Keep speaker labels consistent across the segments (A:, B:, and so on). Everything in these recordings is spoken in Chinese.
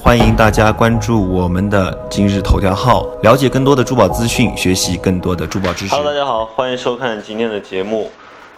A: 欢迎大家关注我们的今日头条号，了解更多的珠宝资讯，学习更多的珠宝知识。
B: Hello，大家好，欢迎收看今天的节目，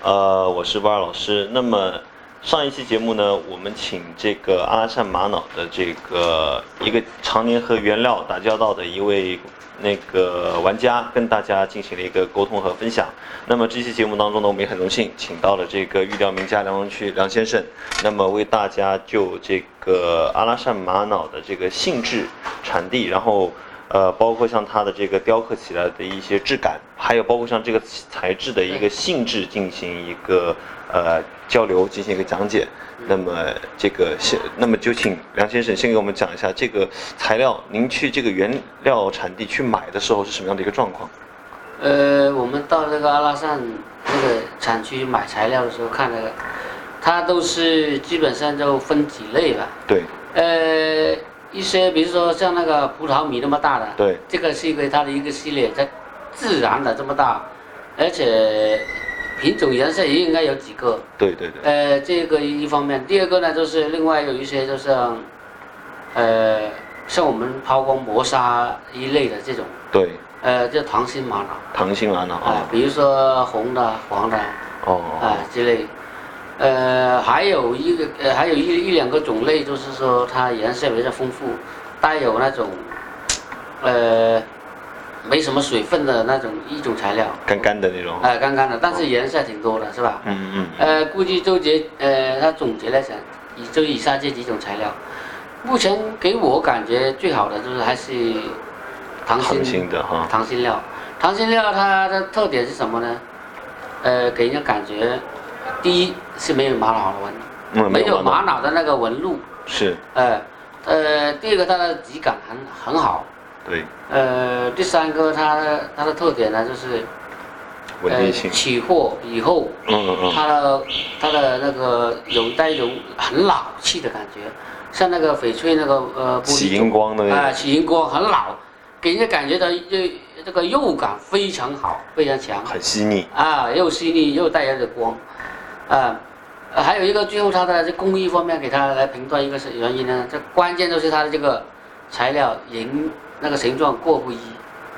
B: 呃，我是巴尔老师。那么上一期节目呢，我们请这个阿拉善玛瑙的这个一个常年和原料打交道的一位那个玩家，跟大家进行了一个沟通和分享。那么这期节目当中呢，我们也很荣幸请到了这个玉雕名家梁荣区梁先生，那么为大家就这个阿拉善玛瑙的这个性质、产地，然后。呃，包括像它的这个雕刻起来的一些质感，还有包括像这个材质的一个性质进行一个呃交流，进行一个讲解。那么这个先，那么就请梁先生先给我们讲一下这个材料，您去这个原料产地去买的时候是什么样的一个状况？
C: 呃，我们到那个阿拉善那个产区买材料的时候看那个，它都是基本上就分几类吧。
B: 对，
C: 呃，一些比如说像那个葡萄米那么大的，
B: 对，
C: 这个是因为它的一个系列，它自然的这么大，而且品种颜色也应该有几个。
B: 对对对，
C: 呃，这个一方面，第二个呢，就是另外有一些就像，呃，像我们抛光磨砂一类的这种，
B: 对，
C: 呃，叫溏心玛瑙，
B: 糖心玛瑙
C: 啊
B: 啊，，
C: 比如说红的、黄的啊
B: 哦，
C: 之类，呃，还有一个呃，还有一一两个种类，就是说它颜色比较丰富，带有那种，呃，没什么水分的那种一种材料，
B: 干干的那种，
C: 呃，干干的，但是颜色挺多的，是吧？
B: 嗯嗯嗯，
C: 呃，估计周杰呃，他总结了讲，以就以下这几种材料，目前给我感觉最好的就是还是溏
B: 糖
C: 心
B: 心的哈，
C: 溏心料。溏心料它的特点是什么呢？呃，给人家感觉，第一是没有玛瑙的纹，
B: 嗯，
C: 没有
B: 麻
C: 玛瑙的那个纹路，
B: 是，
C: 呃呃，第二个它的质感很很好，
B: 对，
C: 呃，第三个它的它的特点呢就是，
B: 稳
C: 呃，
B: 定性，
C: 起货以后
B: 嗯嗯嗯，
C: 它的它的那个有带有很老气的感觉，像那个翡翠那个呃玻
B: 起
C: 璃
B: 荧
C: 珠
B: 光的那
C: 啊，
B: 种，
C: 起荧光很老，给人家感觉到这这个釉感非常好，非常强
B: 很细腻，
C: 啊，又细腻又带有点光，啊，呃还有一个最后它的这工艺方面给它来评断一个是原因呢，这关键就是它的这个材料形那个形状过不一，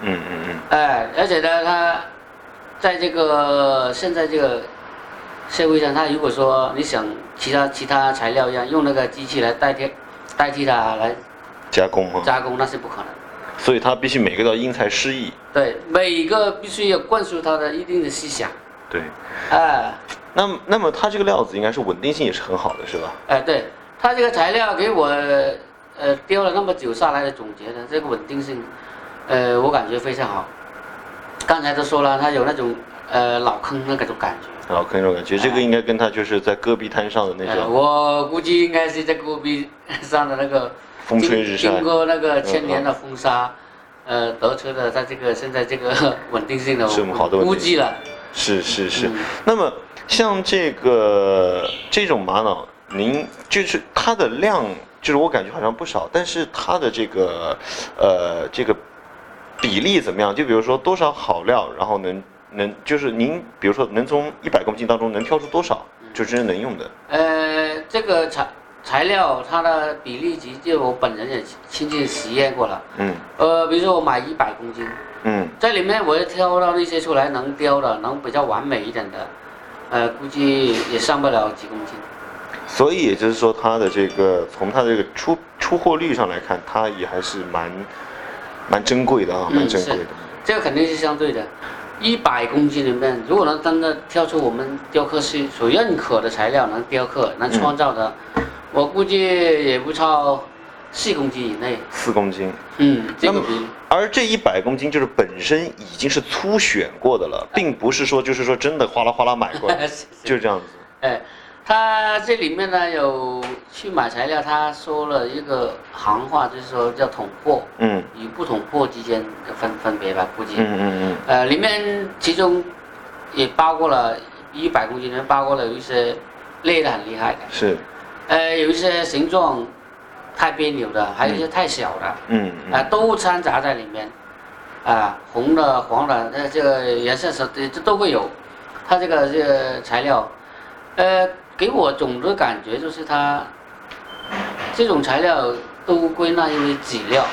B: 嗯嗯嗯，
C: 哎，而且呢，它在这个现在这个社会上，它如果说你想其他其他材料一样用那个机器来代替代替它来
B: 加工哈。
C: 加工，那是不可能。
B: 所以它必须每个都要因材施艺。
C: 对，每个必须要灌输它的一定的思想。
B: 对，
C: 哎
B: 啊那么那么它这个料子应该是稳定性也是很好的，是吧？
C: 哎，对，它这个材料给我呃雕了那么久下来的总结呢，这个稳定性，呃，我感觉非常好。刚才都说了，它有那种呃老坑那个种感觉。
B: 然后可以让我感觉这个
C: 哎
B: 应该跟它就是在戈壁滩上的那
C: 呃，
B: 种，
C: 我估计应该是在戈壁上的那个
B: 风吹日晒嗯
C: 经经过那个千年的风沙，呃，得出的它这个现在这个 稳定性的，
B: 是
C: 我
B: 好的稳定
C: 估计了。
B: 是是是
C: 嗯。
B: 那么像这个这种玛瑙，您就是它的量，就是我感觉好像不少，但是它的这个呃这个比例怎么样？就比如说多少好料，然后能能就是您比如说能从一百公斤当中能挑出多少，就真正能用的。
C: 呃，这个材材料它的比例级，就我本人也亲自实验过了。
B: 嗯
C: 呃，比如说我买一百公斤，
B: 嗯。
C: 在里面我挑到那些出来能雕的，能比较完美一点的，呃，估计也上不了几公斤。
B: 所以也就是说，它的这个从它的这个出出货率上来看，它也还是蛮蛮珍贵的啊，
C: 嗯
B: 蛮珍贵的
C: 是。这个肯定是相对的。一百公斤里面，如果能真的挑出我们雕刻师所认可的材料，能雕刻、
B: 嗯
C: 能创造的，我估计也不超四公斤以内。
B: 四公斤，
C: 嗯，这
B: 那
C: 个
B: 么
C: 比例
B: 而这一百公斤就是本身已经是粗选过的了，并不是说就是说真的哗啦哗啦买过 来
C: 是是，
B: 就这样子。
C: 哎，他这里面呢有去买材料，他说了一个行话，就是说叫统货
B: 嗯
C: 与不统货之间的分分别吧，估计。
B: 嗯嗯
C: 呃，里面其中也包括了一百公斤，里面包括了有一些裂的很厉害的。
B: 嗯，是，
C: 呃，有一些形状太别扭的，还有一些太小的，啊、
B: 嗯嗯
C: 都掺杂在里面，啊、红的、黄的，那、这个颜色是这都会有。它这个这个材料，呃，给我总的感觉就是它这种材料都归纳因为籽料，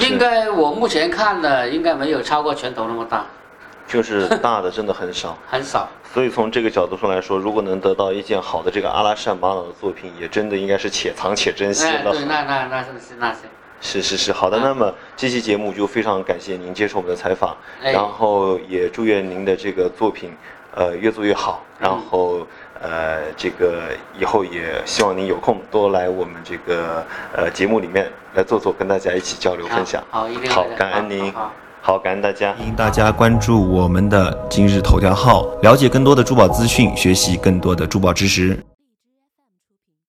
B: 是
C: 应该我目前看的应该没有超过拳头那么大，
B: 就是大的真的很少。
C: 很少。
B: 所以从这个角度上来说，如果能得到一件好的这个阿拉善玛瑙的作品，也真的应该是且藏且珍惜
C: 哎，
B: 了。
C: 对，那那那是那是，
B: 是是是，好的。
C: 嗯
B: 那么这期节目就非常感谢您接受我们的采访，
C: 哎
B: 然后也祝愿您的这个作品，呃，越做越好。
C: 嗯
B: 然后，呃，这个以后也希望您有空多来我们这个呃节目里面来坐坐，跟大家一起交流分享。
C: 好好一定
B: 好
C: 会，的
B: 感
C: 好
B: 恩您
C: 好好，
B: 好，感恩大家。
A: 欢迎大家关注我们的今日头条号，了解更多的珠宝资讯，学习更多的珠宝知识。